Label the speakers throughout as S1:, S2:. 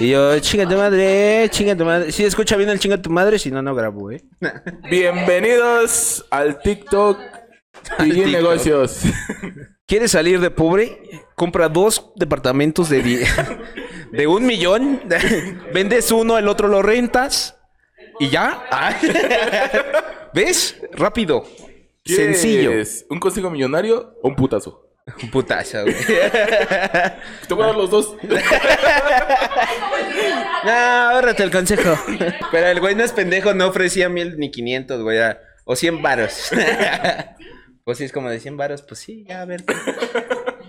S1: Y yo, chinga tu madre, eh, chinga tu madre. Si escucha bien el chinga tu madre, si no, no grabo, eh.
S2: Bienvenidos al TikTok y
S1: TikTok.
S2: negocios.
S1: ¿Quieres salir de pobre? Compra dos departamentos de, die- de un millón. Vendes uno, el otro lo rentas. Y ya. Ah. ¿Ves? Rápido.
S2: ¿Quieres
S1: Sencillo.
S2: ¿Un consejo millonario o un putazo?
S1: Putazo, güey.
S2: Te voy a dar los dos.
S1: No, Ah, ahórrate el consejo. Pero el güey no es pendejo, no ofrecía mil ni 500, güey. ah, O 100 varos. Pues sí, es como de 100 varos, pues sí, ya, a ver.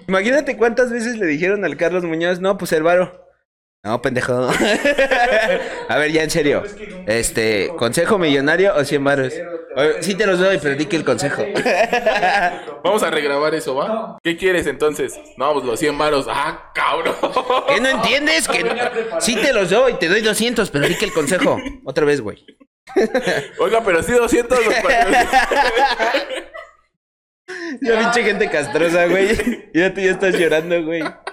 S1: Imagínate cuántas veces le dijeron al Carlos Muñoz, no, pues el varo. No, pendejo. no. A ver, ya en serio. Este, ¿consejo millonario o 100 varos? Oye, Sí te los doy, pero di que el consejo.
S2: Vamos a regrabar eso, ¿va? ¿Qué quieres entonces? No, pues los 100 varos. ¡Ah, cabrón!
S1: ¿Qué no entiendes? Que no- sí te los doy, te doy 200, pero di que el consejo. Otra vez, güey.
S2: Oiga, pero sí 200. los cuatro-
S1: Ya pinche gente castrosa, güey. Ya tú ya estás llorando, güey.
S2: Ya.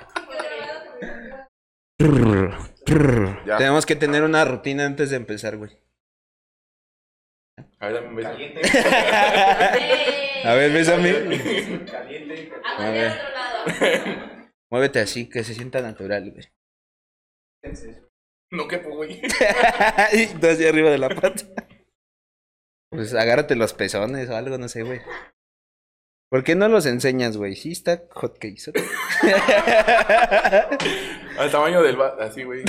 S1: Tenemos que tener una rutina antes de empezar, güey.
S2: A ver, dame un beso.
S1: A ver, bésame. A ver.
S3: otro lado.
S1: Muévete así, que se sienta natural, güey.
S2: No quepo, güey.
S1: Y tú hacia arriba de la pata. Pues agárrate los pezones o algo, no sé, güey. ¿Por qué no los enseñas, güey? Sí, está hotcakes.
S2: Al tamaño del vaso. Así, güey.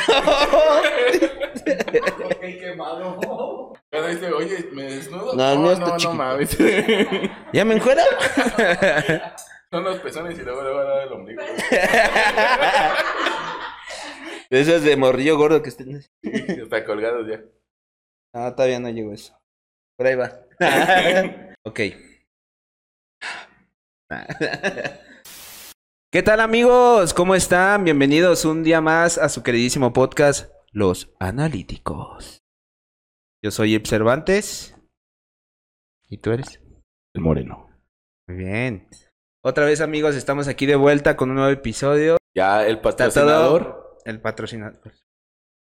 S2: Cuando dice, oye, ¿me desnudo?
S1: No, el mío
S2: no,
S1: está
S2: no, no
S1: chiquito.
S2: mames.
S1: ¿Ya me encuero?
S2: Son los pezones y luego le van a dar el ombligo.
S1: Eso es de morrillo gordo que estén.
S2: Está colgados ya.
S1: No, todavía no llegó eso. Por ahí va. ok. ¿Qué tal amigos? ¿Cómo están? Bienvenidos un día más a su queridísimo podcast, Los Analíticos. Yo soy Yip Cervantes. ¿Y tú eres?
S2: El moreno.
S1: Muy bien. Otra vez amigos, estamos aquí de vuelta con un nuevo episodio.
S2: Ya el
S1: Está
S2: patrocinador.
S1: todo el patrocinador.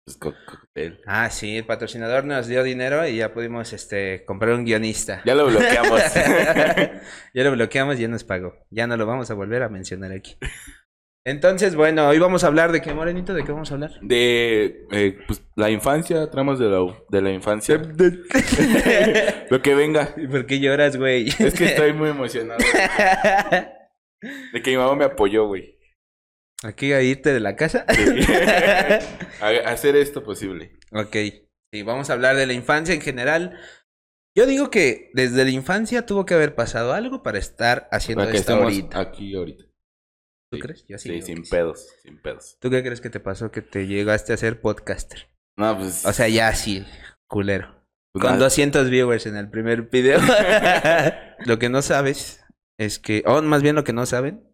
S2: Pues, co- cóctel.
S1: Ah, sí, el patrocinador nos dio dinero y ya pudimos este, comprar un guionista.
S2: Ya lo bloqueamos.
S1: ya lo bloqueamos, ya nos pagó. Ya no lo vamos a volver a mencionar aquí. Entonces, bueno, hoy vamos a hablar de qué, Morenito, de qué vamos a hablar.
S2: de eh, pues, la infancia, tramas de la, de la infancia. lo que venga.
S1: ¿Y ¿Por qué lloras, güey?
S2: Es que estoy muy emocionado. De que mi mamá me apoyó, güey.
S1: Aquí a irte de la casa.
S2: A a hacer esto posible.
S1: ok. Sí, vamos a hablar de la infancia en general. Yo digo que desde la infancia tuvo que haber pasado algo para estar haciendo
S2: Para que
S1: esto
S2: estamos
S1: ahorita.
S2: aquí ahorita.
S1: ¿Tú
S2: sí.
S1: crees? Yo sí
S2: Sí,
S1: digo
S2: sin
S1: que sí.
S2: pedos, sin pedos.
S1: ¿Tú qué crees que te pasó que te llegaste a ser podcaster?
S2: No, pues.
S1: O sea, ya así, culero.
S2: pues,
S1: Con
S2: nada.
S1: 200 viewers en el primer video. lo que no sabes es que, o más bien lo que no saben,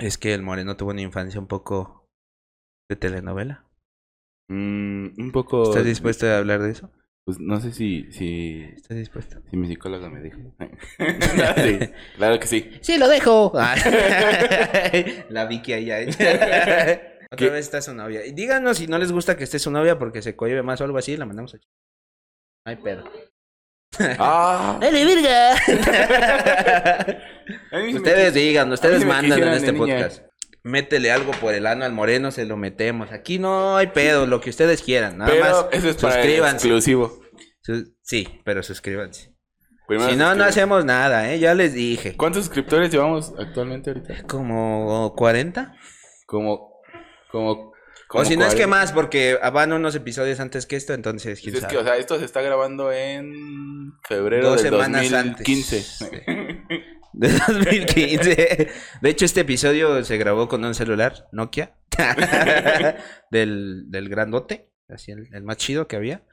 S1: es que el Moreno tuvo una infancia un poco de telenovela.
S2: Mm, un poco.
S1: ¿Estás dispuesto a hablar de eso?
S2: Pues no sé si, si,
S1: ¿Estás dispuesto?
S2: si mi psicóloga me dijo. Sí, claro que sí.
S1: Sí, lo dejo. Ah. La Vicky allá. ¿eh? Otra
S2: ¿Qué?
S1: vez está su novia. Y díganos si no les gusta que esté su novia porque se cohibe más o algo así, la mandamos a... ch- No hay pedo.
S2: Ah,
S1: ¡Dale, virga!
S2: a mí sí me
S1: Ustedes
S2: quis-
S1: digan, ustedes
S2: me
S1: mandan en
S2: quisieran
S1: este
S2: de niña.
S1: podcast. Métele algo por el ano al moreno, se lo metemos. Aquí no hay pedo, lo que ustedes quieran. Nada
S2: Pero eh,
S1: más
S2: eso es para el
S1: suscríbanse.
S2: exclusivo.
S1: Su- sí, pero suscríbanse.
S2: Primero
S1: si no, no
S2: suscríbanse.
S1: hacemos nada, ¿eh? Ya les dije.
S2: ¿Cuántos suscriptores llevamos actualmente ahorita?
S1: ¿Como 40?
S2: Como. Como.
S1: o si no es que
S2: 40.
S1: más, porque van unos episodios antes que esto, entonces quién
S2: Pues es
S1: sabe.
S2: que, o sea, esto se está grabando en febrero
S1: Dos
S2: del
S1: semanas
S2: 2015.
S1: antes. De 2015. De hecho, este episodio se grabó con un celular Nokia. del, del grandote. Así el, el más chido que había.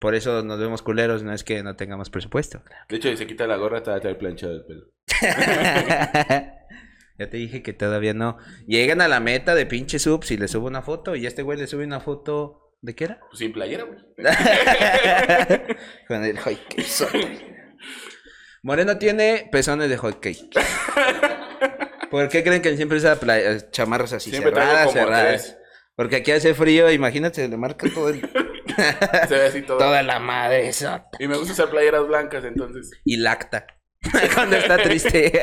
S1: Por eso nos vemos culeros. No es que no tengamos presupuesto.
S2: De hecho, si se quita la gorra, está el planchado del pelo.
S1: ya te dije que todavía no. Llegan a la meta de pinche subs y le subo una foto. Y a este güey le sube una foto. ¿De qué era?
S2: Pues sin playera, güey.
S1: Con el hot cake. Moreno tiene pezones de hot cake. ¿Por qué creen que él siempre usa pla- eh, chamarras así
S2: Siempre traigo
S1: cerradas,
S2: como
S1: cerradas?
S2: tres.
S1: Porque aquí hace frío, imagínate, le marca todo el-
S2: Se ve así todo.
S1: toda la madre eso.
S2: Y me gusta usar playeras blancas, entonces.
S1: Y lacta. Cuando está triste,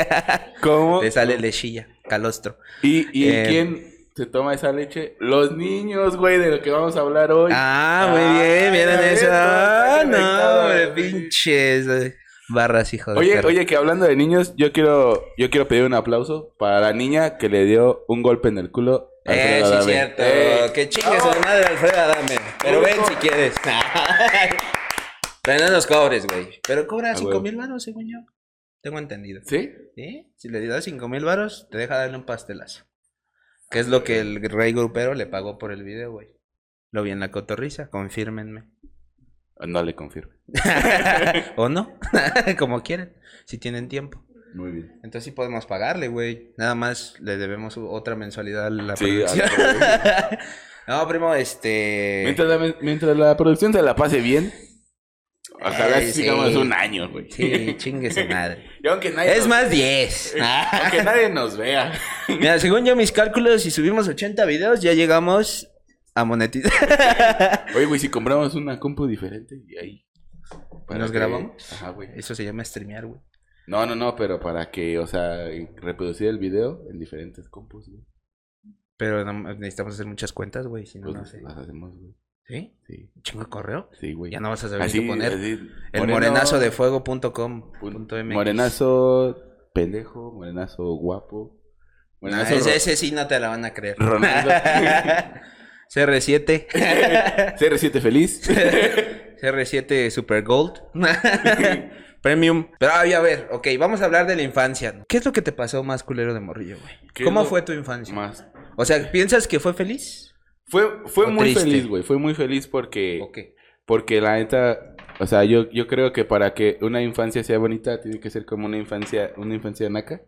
S2: ¿Cómo?
S1: le sale lechilla, calostro.
S2: ¿Y, y
S1: Eh,
S2: quién se toma esa leche? Los niños, güey, de lo que vamos a hablar hoy.
S1: Ah, muy bien,
S2: Ah,
S1: miren
S2: ya ves,
S1: eso.
S2: todo está
S1: Ah, no,
S2: conectado,
S1: hombre,
S2: güey.
S1: pinches eh, barras, hijo de
S2: Oye,
S1: perra.
S2: oye, que hablando de niños, yo quiero, yo quiero pedir un aplauso para la niña que le dio un golpe en el culo a
S1: Eh,
S2: Alfredo
S1: sí,
S2: Adame.
S1: cierto.
S2: Eh,
S1: Que chingue su madre, Alfredo Adame. Pero ven si quieres. Pero no nos cobres, güey. Pero cobra
S2: Ah,
S1: cinco
S2: huevo.
S1: mil varos, según yo. Tengo entendido.
S2: ¿Sí?
S1: ¿Sí? Si le das cinco mil varos, te deja darle un pastelazo. Que es lo que el rey grupero le pagó por el video, güey. Lo vi en la cotorriza, confírmenme.
S2: No le confirmo.
S1: o no, como quieran, si tienen tiempo.
S2: Muy bien.
S1: Entonces sí podemos pagarle, güey. Nada más le debemos u- otra mensualidad a la
S2: Sí,
S1: producción.
S2: Alfredo.
S1: no, primo, este...
S2: mientras, la, mientras la producción se la pase bien, ojalá
S1: Eh,
S2: sigamos
S1: sí.
S2: un año, güey.
S1: Sí, chingue su madre.
S2: Y aunque nadie
S1: Es
S2: nos-
S1: más 10.
S2: aunque nadie nos vea.
S1: Mira, según yo mis cálculos, si subimos 80 videos, ya llegamos a monetizar.
S2: Oye, güey, si compramos una compu diferente y ahí.
S1: ¿Nos
S2: que-
S1: grabamos?
S2: Ajá, güey.
S1: Eso se llama streamear, güey.
S2: No, no, no, pero para que, o sea, reproducir el video en diferentes compus, güey.
S1: Pero no- necesitamos hacer muchas cuentas, güey, si no,
S2: Pues
S1: no sé.
S2: las hacemos, güey.
S1: ¿Sí?
S2: Sí,
S1: ¿Un Chingo de correo.
S2: sí, güey.
S1: Ya no vas a saber qué poner.
S2: así, eh,
S1: El
S2: moreno-
S1: morenazo de fuego.com.mx.
S2: Morenazo pendejo, morenazo guapo.
S1: No,
S2: Morenazo
S1: ese, ese sí no te la van a creer.
S2: Ronaldo.
S1: CR7.
S2: CR7 feliz.
S1: CR7 Super Gold. Premium. Pero ay, a ver, ok, vamos a hablar de la infancia. ¿Qué es lo que te pasó más culero de morrillo,
S2: ¿Qué
S1: güey?
S2: es
S1: ¿Cómo
S2: lo
S1: fue tu infancia?
S2: Más.
S1: O sea, ¿piensas que fue feliz?
S2: Fue, fue
S1: O
S2: muy
S1: triste.
S2: feliz, güey. Fue muy feliz porque.
S1: ¿O qué?
S2: Porque la neta, o sea, yo, yo creo que para que una infancia sea bonita tiene que ser como una infancia, una infancia naca.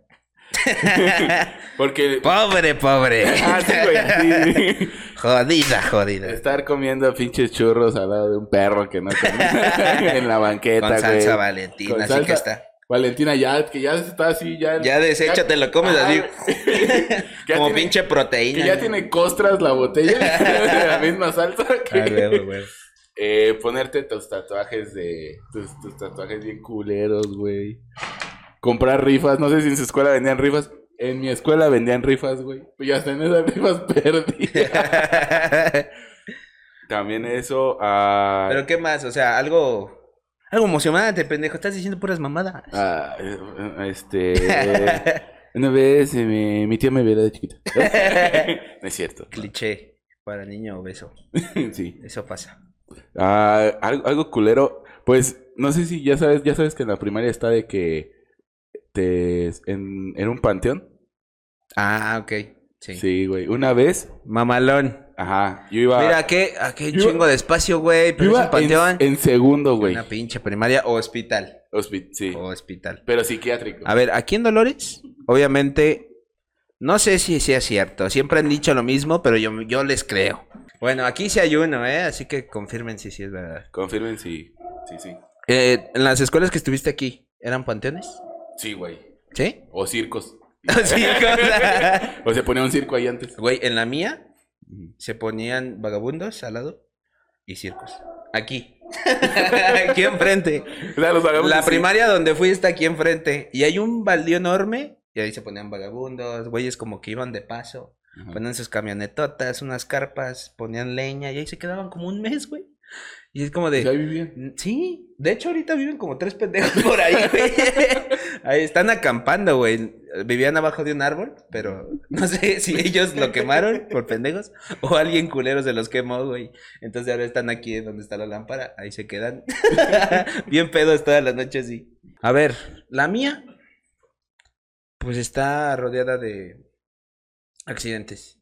S2: Porque
S1: Pobre, pobre.
S2: Ah, sí, güey, sí.
S1: Jodida, jodida.
S2: estar comiendo pinches churros al lado de un perro que no comió en la banqueta,
S1: Con
S2: güey.
S1: salsa valentina,
S2: Con
S1: así
S2: salsa-
S1: que está.
S2: Valentina ya que ya está así ya
S1: Ya desecha, te lo comes
S2: Ajá,
S1: así.
S2: güey. Que ya
S1: como
S2: tiene-
S1: pinche
S2: que
S1: proteína.
S2: ya tiene costras la botella de la misma salsa que
S1: Ah, güey, güey.
S2: Eh, ponerte tus tatuajes de. Tus, tus tatuajes bien culeros, güey. Comprar rifas. No sé si en su escuela vendían rifas. En mi escuela vendían rifas, güey. Y hasta en esas rifas perdí. También eso. ah,
S1: Pero qué más, o sea, algo. Algo emocionante, pendejo. Estás diciendo puras mamadas.
S2: ah, eh, este. eh, una vez eh, mi, mi tía me violó de chiquito. no es cierto.
S1: Cliché para niño obeso.
S2: sí.
S1: Eso pasa.
S2: Ah, algo, algo culero. Pues, no sé si ya sabes, ya sabes que en la primaria está de que. Te, en, en un panteón.
S1: Ah, ok. Sí.
S2: Sí, güey. Una vez,
S1: Mamalón.
S2: ajá, yo iba.
S1: Mira, qué, a qué
S2: Yo-
S1: chingo de espacio, güey.
S2: yo
S1: Pero es
S2: iba
S1: un panteón.
S2: en, en segundo, güey.
S1: Una pinche primaria o hospital.
S2: Hospi- sí.
S1: O hospital.
S2: Pero psiquiátrico.
S1: Oh. A ver, aquí en Dolores, obviamente, no sé si sea cierto. Siempre han dicho lo mismo, pero yo, yo les creo. Bueno, aquí sí hay uno, ¿eh? Así que confirmen si sí es verdad.
S2: Confirmen si. Sí, sí.
S1: Eh, en las escuelas que estuviste aquí, ¿eran panteones?
S2: Sí, güey.
S1: ¿Sí?
S2: O circos.
S1: Sí, cosa.
S2: O se ponía un circo ahí antes.
S1: Güey, en la mía se ponían vagabundos al lado y circos. Aquí. aquí enfrente.
S2: O sea, los vagabundos.
S1: La
S2: sí.
S1: primaria donde fui está aquí enfrente. Y hay un baldío enorme. Y ahí se ponían vagabundos, güeyes como que iban de paso.
S2: Ajá.
S1: Ponían sus camionetotas, unas carpas, ponían leña. Y ahí se quedaban como un mes, güey. Y es como
S2: O sea, Pues, ahí
S1: de.
S2: vivían.
S1: Mm, Sí, de hecho ahorita viven como tres pendejos por ahí, güey. Ahí están acampando, güey. Vivían abajo de un árbol, pero no sé si ellos lo quemaron por pendejos o alguien culero se los quemó, güey. Entonces ahora están aquí en donde está la lámpara, ahí se quedan. Bien pedos toda la noche así. A ver, la mía, pues está rodeada de accidentes.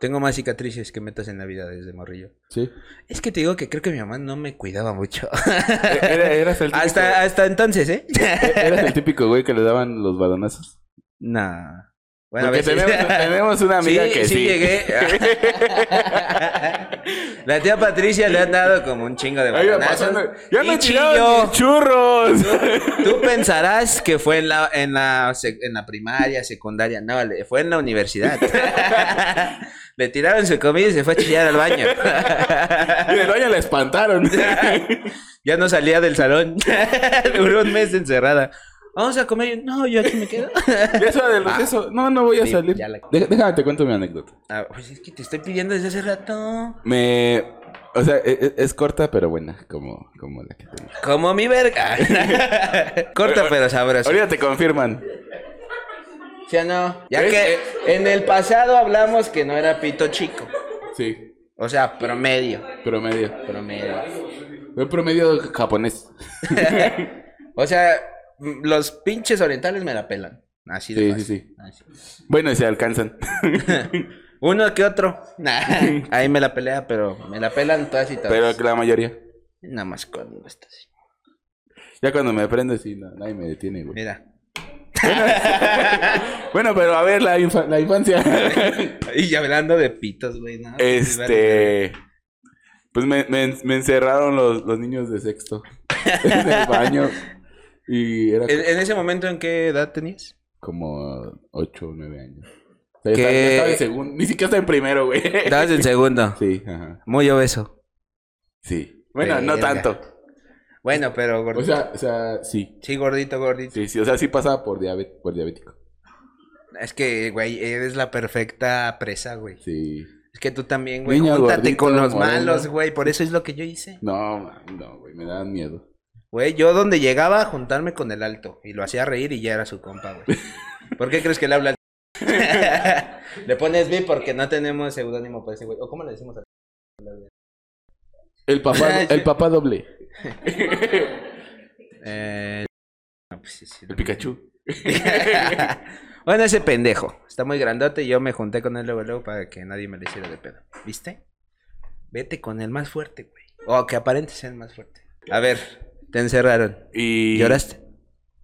S1: Tengo más cicatrices que metas en Navidad desde morrillo.
S2: Sí.
S1: Es que te digo que creo que mi mamá no me cuidaba mucho.
S2: E-, Era- eras, el típico, e-,
S1: hasta, hasta entonces, ¿eh?
S2: eras el típico güey que le daban los balonazos.
S1: Nah. Bueno, a
S2: Porque
S1: veces.
S2: tenemos, tenemos una amiga
S1: sí,
S2: que sí.
S1: sí llegué. La tía Patricia le han dado como un chingo de
S2: Ahí iba
S1: bacanazos.
S2: pasando. ¡Ya
S1: Y
S2: me
S1: chilló.
S2: tiraron mis churros!
S1: Tú pensarás que fue en la, en la, sec- en la primaria, secundaria. No, le- fue en la universidad. le tiraron su comida y se fue a chillar al baño.
S2: Y en el baño la espantaron.
S1: ya no salía del salón. Duró un mes encerrada. Vamos a comer. Yo, No, yo aquí me quedo.
S2: Ya es hora del receso. No, no voy a
S1: Ah. Sí,
S2: salir.
S1: ya la-
S2: Deja- Déjame, te cuento mi anécdota.
S1: Ah, pues es que te estoy pidiendo desde hace rato.
S2: Me... O sea, e- e- es, corta, pero buena, como, como la que tengo.
S1: Como mi verga. Corta pero sabrosa.
S2: Ahorita te confirman.
S1: ¿Sí o no? Ya
S2: ¿Crees
S1: que en el pasado hablamos que no era pito chico.
S2: Sí,
S1: O sea, promedio.
S2: promedio.
S1: Promedio.
S2: Un promedio japonés.
S1: O sea, m- los pinches orientales me la pelan. Así de
S2: Sí,
S1: fácil.
S2: sí, sí.
S1: Así.
S2: Bueno, y se alcanzan.
S1: Uno que otro. Nah, ahí me la pelea, pero me la pelan todas y todas.
S2: Pero que la mayoría.
S1: Nada más cuando está así.
S2: Ya cuando me prendo, sí, no, nadie me detiene, güey.
S1: Mira.
S2: Bueno, pero a ver, la, infa- la infancia.
S1: Y ya hablando de pitos, güey. ¿no?
S2: este. Pues me, me, me encerraron los, los niños de sexto en el baño. Y era
S1: ¿En, en ese momento, ¿en qué edad tenías?
S2: como 8 o 9 años. O sea,
S1: ¿Qué?
S2: ya estaba, ya estaba en segundo. Ni siquiera estaba en primero, güey.
S1: Estabas en segundo.
S2: Sí, ajá.
S1: Muy obeso.
S2: Sí. Bueno, no
S1: Verga.
S2: tanto.
S1: Bueno, pero
S2: O
S1: gordito.
S2: sea, o sea, sí.
S1: Sí, gordito, gordito.
S2: Sí, sí. O sea, sí pasaba por, diabet por diabético.
S1: Es que, güey, eres la perfecta presa, güey.
S2: Sí.
S1: Es que tú también, güey.
S2: Niño
S1: júntate
S2: gordito,
S1: con los
S2: moreno.
S1: malos, güey. Por eso es lo que yo hice.
S2: No, mami, no, güey. Me daban miedo.
S1: Güey, yo donde llegaba a juntarme con el alto. Y lo hacía reír y ya era su compa, güey. ¿Por qué crees que le habla al... le pones B porque no tenemos seudónimo para ese güey. ¿O cómo le decimos al...
S2: El papá, el papá doble.
S1: Eh... No, pues sí, sí.
S2: El Pikachu.
S1: bueno, ese pendejo. Está muy grandote y yo me junté con él luego, luego para que nadie me le hiciera de pedo. ¿Viste? Vete con el más fuerte, güey. O que aparente ser el más fuerte. A ver, te encerraron.
S2: Y...
S1: ¿Lloraste?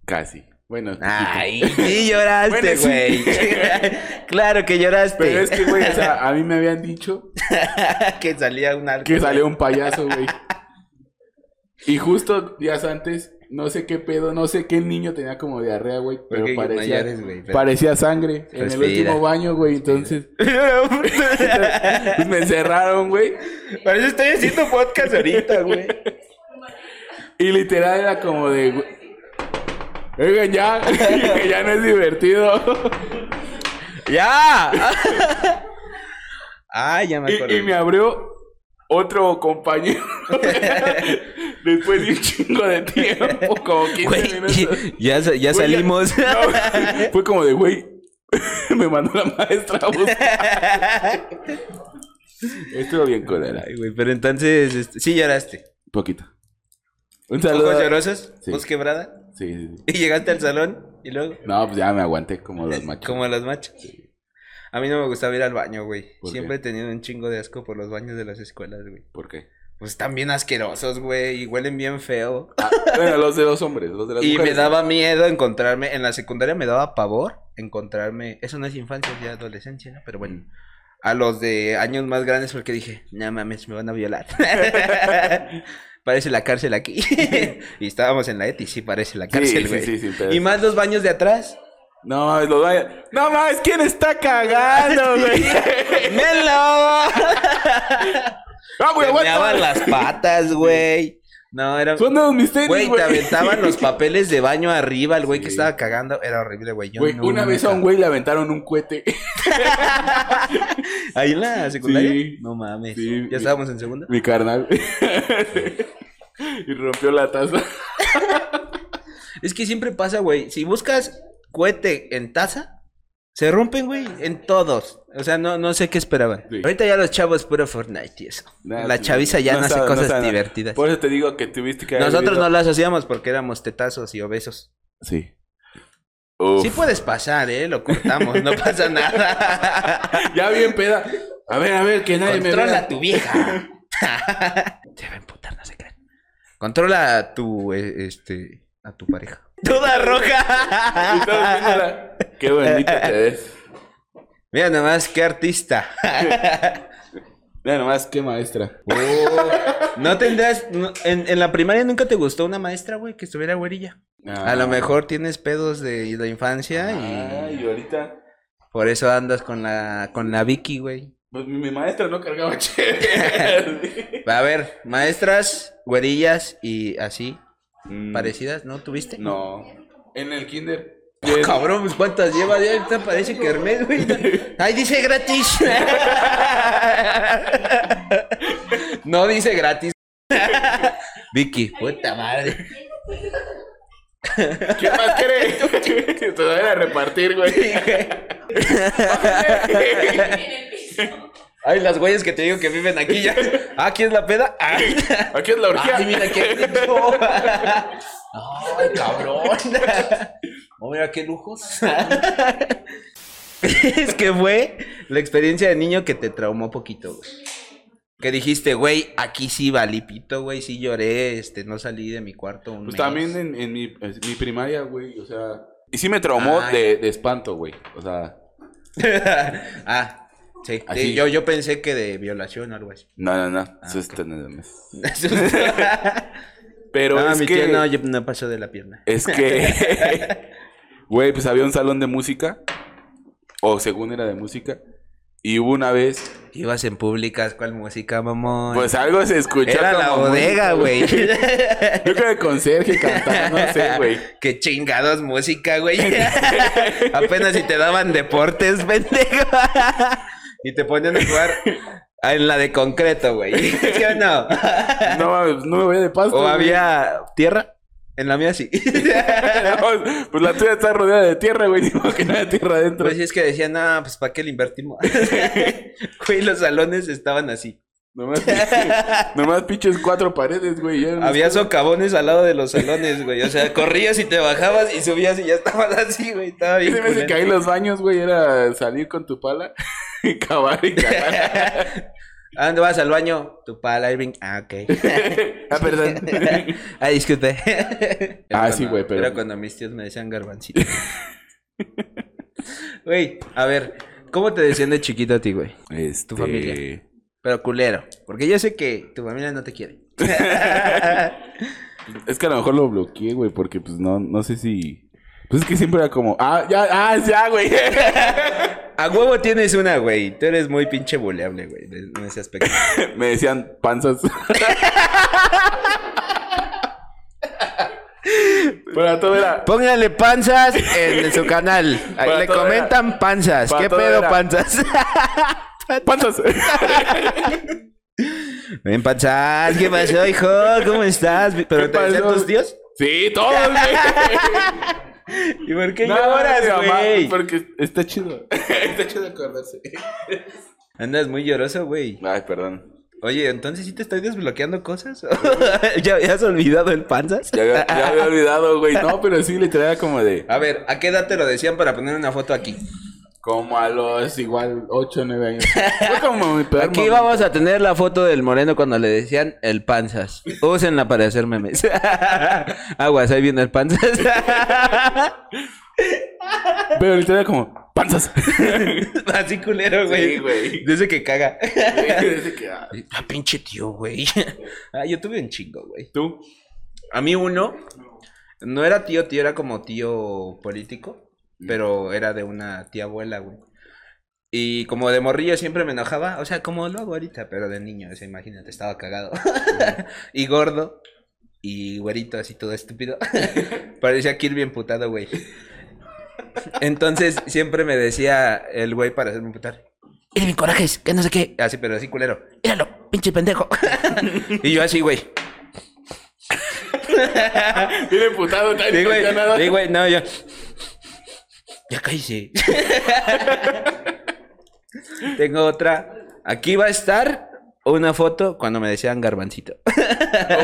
S2: Casi. Bueno.
S1: Ay, sí lloraste,
S2: Bueno, sí.
S1: güey. claro que lloraste.
S2: Pero es que, güey, o sea, a mí me habían dicho
S1: que salía un arco.
S2: que salió un payaso, güey. Y justo días antes, no sé qué pedo, no sé qué niño tenía como diarrea, güey. Pero
S1: Porque
S2: parecía,
S1: no llores, güey, pero-
S2: parecía sangre en el
S1: Respira.
S2: último baño, güey. Entonces, pues, me encerraron, güey.
S1: Por eso estoy haciendo podcast ahorita, güey.
S2: Y literal era como de, güey. Oigan, ya, que ya no es divertido.
S1: ¡Ya! Ay, ya me acordé.
S2: Y, y me abrió otro compañero. Después de un chingo de tiempo, como 15
S1: Güey,
S2: minutos.
S1: ya, sa- ya
S2: Güey, ya-
S1: salimos.
S2: No, fue como de, güey, me mandó la maestra a buscar. Estuvo bien colera.
S1: Ay, güey, pero entonces, este, sí lloraste.
S2: Poquito. Un
S1: Ojos
S2: saludo.
S1: llorosos,
S2: Sí.
S1: voz quebrada.
S2: Sí, sí, sí.
S1: Y llegaste al salón y luego,
S2: No, pues ya me aguanté como los machos.
S1: como los machos. A mí no me gustaba ir al baño, güey.
S2: ¿Por
S1: Siempre
S2: qué?
S1: he tenido un chingo de asco por los baños de las escuelas, güey.
S2: ¿Por qué?
S1: Pues están bien asquerosos, güey, y huelen bien feo.
S2: Ah, bueno, los de los hombres, los de las
S1: Y me
S2: mujeres.
S1: daba miedo encontrarme, en la secundaria me daba pavor encontrarme, eso no es infancia, es ya adolescencia, ¿no? Pero bueno, a los de años más grandes porque dije, no mames, me van a violar. parece la cárcel aquí. y estábamos en la ETI, sí parece la
S2: Sí,
S1: cárcel,
S2: sí,
S1: güey.
S2: sí, sí, pero-
S1: y más los baños de atrás.
S2: No mames, los baños. No mames, ¿quién está cagando, güey?
S1: ¡Melo!
S2: ¡Ah, güey,
S1: Te
S2: aguanta!
S1: meaban las patas, güey. No, era...
S2: Son de mis tenis, güey.
S1: Güey, te aventaban los papeles de baño arriba, el güey que
S2: Sí.
S1: estaba cagando. Era horrible, güey. Yo
S2: Güey,
S1: no,
S2: una vez a
S1: nunca.
S2: un güey le aventaron un cohete.
S1: ¿Ahí en la secundaria?
S2: Sí.
S1: No mames.
S2: Sí,
S1: ¿Ya
S2: mi-
S1: estábamos en segunda?
S2: Mi carnal. y rompió la taza.
S1: Es que siempre pasa, güey. Si buscas cohete en taza, se rompen, güey. En todos. O sea, no, no sé qué esperaban.
S2: Sí.
S1: Ahorita ya los chavos puro Fortnite y eso.
S2: Nah,
S1: la
S2: sí,
S1: chaviza ya no, hace
S2: sabe-
S1: cosas
S2: sabe nada.
S1: divertidas.
S2: Por eso te digo que tuviste que haber
S1: Nosotros
S2: vivido-
S1: no las hacíamos porque éramos tetazos y obesos.
S2: Sí. Uf.
S1: Sí puedes pasar, ¿eh? Lo cortamos, no pasa nada.
S2: Ya bien peda. A ver, a ver, que nadie me
S1: Controla
S2: vea.
S1: a tu vieja. Se va a emputar, no se crean. Controla a tu, eh, este, a tu pareja. Toda
S2: Y todos
S1: roja.
S2: viéndola. Qué bonito te ves.
S1: Mira nomás, qué artista.
S2: Mira nomás, qué maestra.
S1: No tendrás. no- en, en la primaria nunca te gustó una maestra, güey, que estuviera güerilla. A lo mejor tienes pedos de la infancia
S2: Ah,
S1: y
S2: y ahorita.
S1: por eso andas con la con la Vicky, güey.
S2: Pues mi mi maestra no
S1: Mm.
S2: cargaba chévere.
S1: A ver, maestras, güerillas y así,
S2: Mm,
S1: parecidas, ¿no tuviste?
S2: No. En el kinder.
S1: Ah, Cabrón, pues cuántas lleva ya ahorita parece que Hermes, güey. Ay, dice gratis. No dice gratis. Vicky, puta madre.
S2: ¿Qué más querés? Todavía a repartir, güey.
S1: Ay, las güeyes que te digo que viven aquí ya. Ah, ¿quién es la peda? Ah,
S2: Aquí es la orgía.
S1: Ay, Ah, mira qué rico. Ay, cabrón. Oh, mira qué lujos. Es que fue la experiencia de niño que te traumó poquito, güey. Que dijiste, güey, aquí sí valí pito, güey, sí lloré, este, no salí de mi cuarto un
S2: Pues
S1: mes.
S2: también en, en mi, en mi primaria, güey, o sea... Y sí me traumó
S1: Ay.
S2: de, de espanto, güey. O sea,
S1: ah, sí.
S2: Así.
S1: Sí, Yo, yo pensé que de violación o algo así.
S2: no, no, no.
S1: Ah,
S2: eso está nada más. Pero
S1: no,
S2: es
S1: Ah, mi
S2: que...
S1: tía no, yo no pasó de la pierna.
S2: Es que... Güey, pues había un salón de música. O según era de música. Y hubo una vez...
S1: Ibas en públicas, ¿cuál música, mamón?
S2: Pues algo se escuchó
S1: Era la
S2: como muy-
S1: bodega, güey.
S2: Yo creo que con Sergio cantando, no sé, güey.
S1: Qué chingados música, güey. Apenas si te daban deportes, pendejo. y te ponían a jugar en la de concreto, güey. ¿Sí o no?
S2: No, mames, no me voy de pasto.
S1: ¿O
S2: güey.
S1: había tierra? En la mía sí.
S2: No, pues la tuya está rodeada de tierra, güey. Digo que no hay tierra adentro.
S1: pues sí es que decían, no, pues ¿para qué le invertimos? güey, los salones estaban así.
S2: Nomás, nomás pinches cuatro paredes, güey. ya no
S1: Había socavones al lado de los salones, güey. O sea, corrías y te bajabas y subías y ya estabas así, güey. Estaba
S2: Sí,
S1: bien.
S2: se me hace
S1: culero.
S2: que ahí los baños, güey, era salir con tu pala y cavar y cagar.
S1: ¿A dónde vas al baño? Tu pala, Irving. Ah, ok.
S2: ah, perdón.
S1: Ah, disculpe.
S2: Ah,
S1: Era
S2: sí,
S1: cuando-
S2: güey, pero-
S1: Era cuando mis tíos me decían garbancito. Güey, a ver, ¿cómo te decían de chiquito a ti, güey?
S2: Este...
S1: Tu familia. Pero culero. Porque yo sé que tu familia no te quiere.
S2: Es que a lo mejor lo bloqueé, güey, porque pues no, no sé si. Pues es que siempre era como, ah, ya, ah, ya, güey.
S1: A huevo tienes una, güey. Tú eres muy pinche boleable, güey, de- en ese aspecto.
S2: me decían panzas. Pero todo era.
S1: Pónganle panzas en su canal. Ahí
S2: Para
S1: Le
S2: todo era-
S1: comentan panzas.
S2: para
S1: ¿Qué
S2: todo
S1: pedo,
S2: era-
S1: panzas?
S2: ¡Panzas!
S1: Ven, panzas. ¿Qué pasó, hijo? ¿Cómo estás? ¿Pero te decían
S2: pasó?
S1: tus tíos?
S2: sí, todos, güey.
S1: ¿Y por qué
S2: No, mi mamá,
S1: lloras, güey?
S2: Porque está chido. está chido acordarse.
S1: Andas muy lloroso, güey.
S2: Ay, perdón.
S1: Oye, entonces sí te estoy desbloqueando cosas. ¿Ya habías olvidado el panzas?
S2: Ya había, ya había olvidado, güey. No, pero sí, literal era como de.
S1: A ver, ¿a qué edad te lo decían para poner una foto aquí?
S2: Como a los igual 8 o 9 años. Fue como mi peor
S1: Aquí
S2: momento.
S1: vamos a tener la foto del moreno cuando le decían el panzas. Úsenla para hacer memes. Aguas, ahí viene el panzas.
S2: Pero literal era como, ¡panzas!
S1: Así culero, güey.
S2: Sí, güey.
S1: Dice que caga.
S2: Dice que, ah,
S1: Ah, pinche tío, güey. Ah, yo tuve un chingo, güey.
S2: Tú.
S1: A mí uno, no era tío, tío, era como tío político, pero era de una tía abuela, güey. Y como de morrillo siempre me enojaba, o sea, como lo hago ahorita, pero de niño, o sea, imagínate, estaba cagado. y gordo, y güerito, así todo estúpido. Parecía Kirby emputado, güey. Entonces siempre me decía el güey para hacerme emputar. Irving Corajes, que no sé qué. Así, Ah, pero así culero. Míralo, pinche pendejo. y yo así, güey.
S2: Bien emputado, tan
S1: Sí, güey.
S2: impresionado.
S1: Sí, güey. No, yo. Ya cállese. Tengo otra. Aquí va a estar una foto cuando me decían garbancito.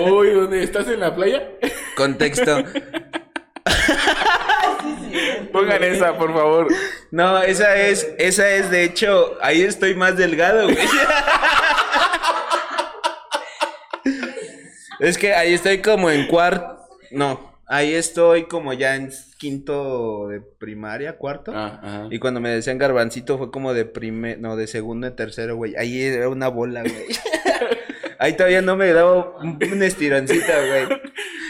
S2: Uy, ¿dónde estás en la playa?
S1: Contexto.
S2: Pongan esa, por favor.
S1: No, esa es, esa es de hecho, ahí estoy más delgado, güey. Es que ahí estoy como en cuarto. No, Ahí estoy como ya en quinto de primaria, cuarto.
S2: Ah, ajá.
S1: Y cuando me decían garbancito fue como de primer, no, de segundo y tercero, güey. Ahí era una bola, güey. Ahí todavía no me daba un- una estironcita, güey.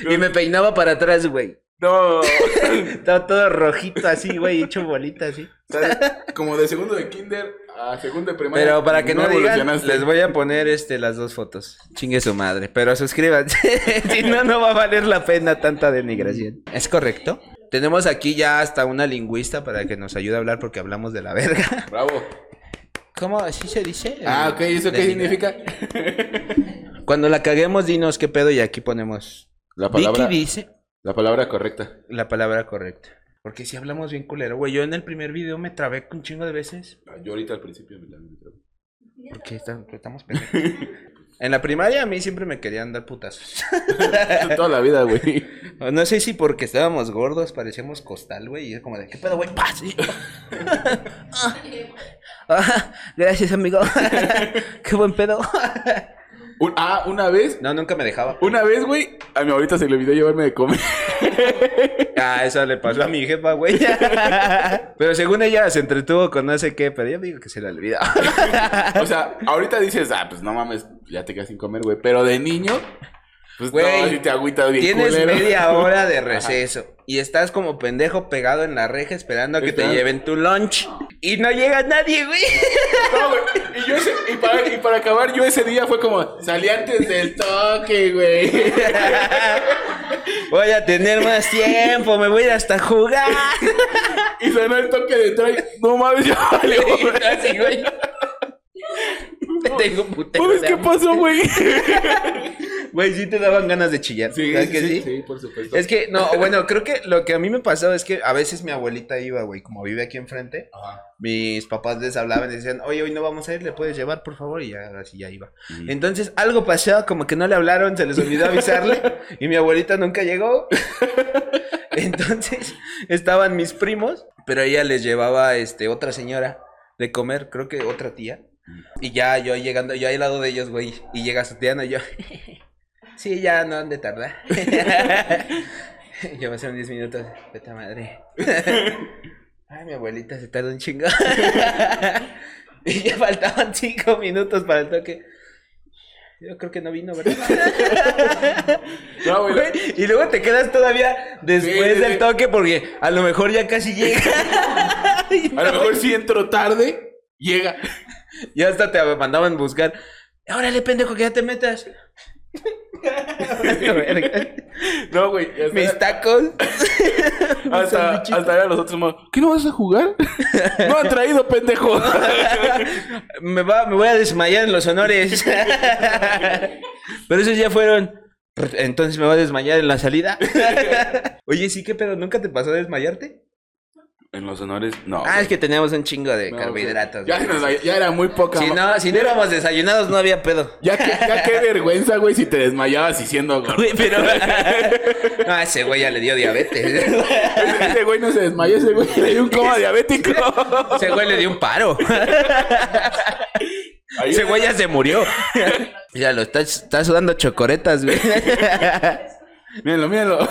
S1: Y me peinaba para atrás, güey.
S2: No.
S1: Estaba todo rojito así, güey, hecho bolita así.
S2: ¿Sabes? Como de segundo de kinder a segundo de primaria.
S1: Pero para que no, digan,
S2: evolucionaste.
S1: les voy a poner este las dos fotos. Chingue su madre. Pero suscríbanse. si no, no va a valer la pena tanta denigración. ¿Es correcto? Tenemos aquí ya hasta una lingüista para que nos ayude a hablar porque hablamos de la verga.
S2: Bravo.
S1: ¿Cómo así se dice?
S2: Ah, ok, ¿eso qué
S1: Denigrar.
S2: significa?
S1: Cuando la caguemos, dinos qué pedo y aquí ponemos.
S2: La
S1: Vicky
S2: palabra,
S1: dice
S2: la palabra correcta.
S1: la palabra correcta. Porque si hablamos bien culero, güey. Yo en el primer video me trabé un chingo de veces.
S2: Ah, Yo ahorita al principio me la me la-
S1: Porque están- estamos pendejos. En la primaria a mí siempre me querían dar putazos.
S2: Toda la vida, güey.
S1: Ah, No sé si porque estábamos gordos parecíamos costal, güey. Y es como de, ¿qué pedo, güey? ¡Paz! Y- Ah, gracias, amigo. ¡Qué buen pedo!
S2: Un- ah, una vez.
S1: No, nunca me dejaba.
S2: Una vez, güey, a mi ahorita se le olvidó llevarme de comer.
S1: Ah, eso le pasó a mi jefa, güey. Pero según ella se entretuvo con no sé qué, pero yo digo que se le olvida.
S2: O sea, ahorita dices, ah, pues no mames, ya te quedas sin comer, güey. Pero de niño, pues
S1: Güey,
S2: no, si te agüitas bien
S1: Tienes
S2: culero.
S1: media hora de receso y estás como pendejo pegado en la reja esperando a que te
S2: Está.
S1: lleven tu lunch. Y no llega nadie, güey.
S2: No, güey. Y, yo ese- y, para, y para acabar, yo ese día fue como, salí antes del toque, güey.
S1: Voy a tener más tiempo, me voy a ir hasta jugar.
S2: Y sonó el toque de trae. No mames, ya valió, güey.
S1: Así, güey. Tengo putero.
S2: ¿Sabes
S1: de
S2: qué
S1: hambre.
S2: pasó, güey?
S1: Güey, sí te daban ganas de chillar. ¿Sabes que sí?
S2: por supuesto.
S1: Es que, no, bueno, creo que lo que a mí me pasó es que a veces mi abuelita iba, güey, como vive aquí enfrente,
S2: Ajá.
S1: mis papás les hablaban y decían, oye, hoy no vamos a ir, le puedes llevar, por favor, y ya, ahora sí ya iba. Entonces, algo pasó, como que no le hablaron, se les olvidó avisarle, y mi abuelita nunca llegó. Entonces, estaban mis primos, pero ella les llevaba, este, otra señora de comer, creo que otra tía. Y ya, yo ahí llegando, yo ahí al lado de ellos, güey, y llega su tía, no, yo... Sí, ya no han de tardar. ya pasaron 10 minutos. Puta madre. Ay, mi abuelita se tarda un chingo. y ya faltaban 5 minutos para el toque. Yo creo que no vino, ¿verdad?
S2: No, güey.
S1: Güey, y luego te quedas todavía después
S2: Sí, sí,
S1: del
S2: sí.
S1: toque porque a lo mejor ya casi llega. Y
S2: A
S1: no,
S2: lo mejor si entro tarde, llega.
S1: Ya hasta te mandaban buscar. Órale, pendejo, que ya te metas. Verga.
S2: No, güey. hasta-
S1: Mis tacos. mis
S2: Hasta,
S1: sándwichitos.
S2: hasta ver a los otros modos. ¿Qué no vas a jugar? no han traído, pendejo.
S1: me, va, me voy a desmayar en los honores. Pero esos ya fueron. Entonces me voy a desmayar en la salida. Oye, sí, ¿qué pedo? ¿Nunca te pasó a desmayarte?
S2: en los honores, no.
S1: Ah, es que teníamos un chingo de
S2: No,
S1: carbohidratos.
S2: Ya,
S1: güey.
S2: nos la- ya era muy poca.
S1: si,
S2: ma-
S1: no, si no éramos desayunados, no había pedo.
S2: Ya, que, ya qué vergüenza, güey, si te desmayabas y siendo gordo.
S1: Güey, pero. No, a ese güey ya le dio diabetes.
S2: Ese ese güey no se desmayó, ese güey le dio un coma diabético.
S1: Ese güey le dio un paro.
S2: Ahí-
S1: Ese güey ya se murió. Mira, lo está, está sudando chocoretas, güey.
S2: Mírenlo, mírenlo.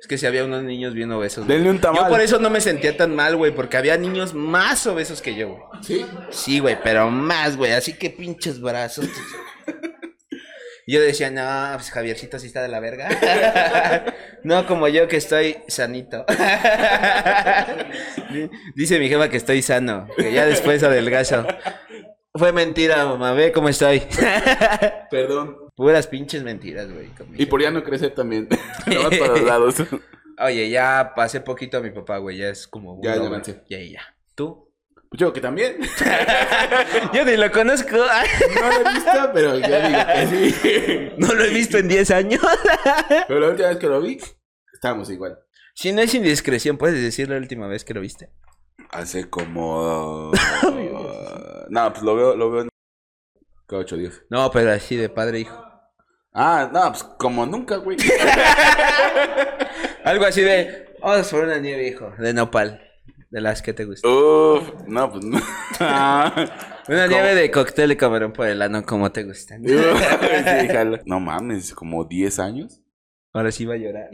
S1: Es que si había unos niños bien obesos. güey.
S2: Denle un tamal.
S1: Yo por eso no me sentía tan mal, güey, porque había niños más obesos que yo, güey.
S2: Sí.
S1: Sí, güey, pero más, güey, así que pinches brazos. Y Yo decía, no, pues Javiercito sí está de la verga. No como yo que estoy sanito. Dice mi jefa que estoy sano, que ya después adelgazo. Fue mentira, mamá, ve cómo estoy.
S2: Perdón.
S1: Puras pinches mentiras, güey. con mi
S2: Y por ya no crecer también. No vas para los lados.
S1: Oye, ya pasé poquito a mi papá, güey. Ya es como.
S2: Ya,
S1: uno,
S2: ya
S1: güey.
S2: avancé.
S1: Ya, ya, ya. ¿Tú?
S2: Yo que también.
S1: Yo ni lo conozco.
S2: No lo he visto, pero ya digo que sí.
S1: No lo he visto en 10 años.
S2: Pero la última vez que lo vi, estábamos igual.
S1: Si no es indiscreción, ¿puedes decir la última vez que lo viste?
S2: Hace como. no, pues lo veo, lo veo en- cada ocho días.
S1: No, pero así de padre e hijo.
S2: Ah, no, pues como nunca, güey.
S1: Algo así de. Vamos por una nieve, hijo. De nopal. De las que te gustan.
S2: Uf, no, pues no.
S1: Una nieve de cóctel y camarón por el ano, como te gustan.
S2: Sí, jalo. no mames, como 10 años.
S1: Ahora sí va a llorar.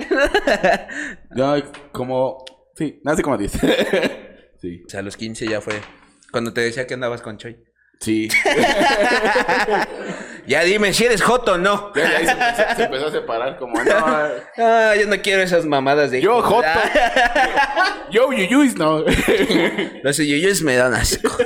S2: Yo, como. Sí, nací como 10. sí.
S1: O sea, a los 15 ya fue. Cuando te decía que andabas con Choy.
S2: Sí.
S1: Ya dime si eres joto o no.
S2: Ya, ya, ahí se, empezó, se empezó a separar como, no, eh,
S1: Ah, yo no quiero esas mamadas de.
S2: yo joto. Yo yuyuis, no.
S1: Los yuyos me dan asco.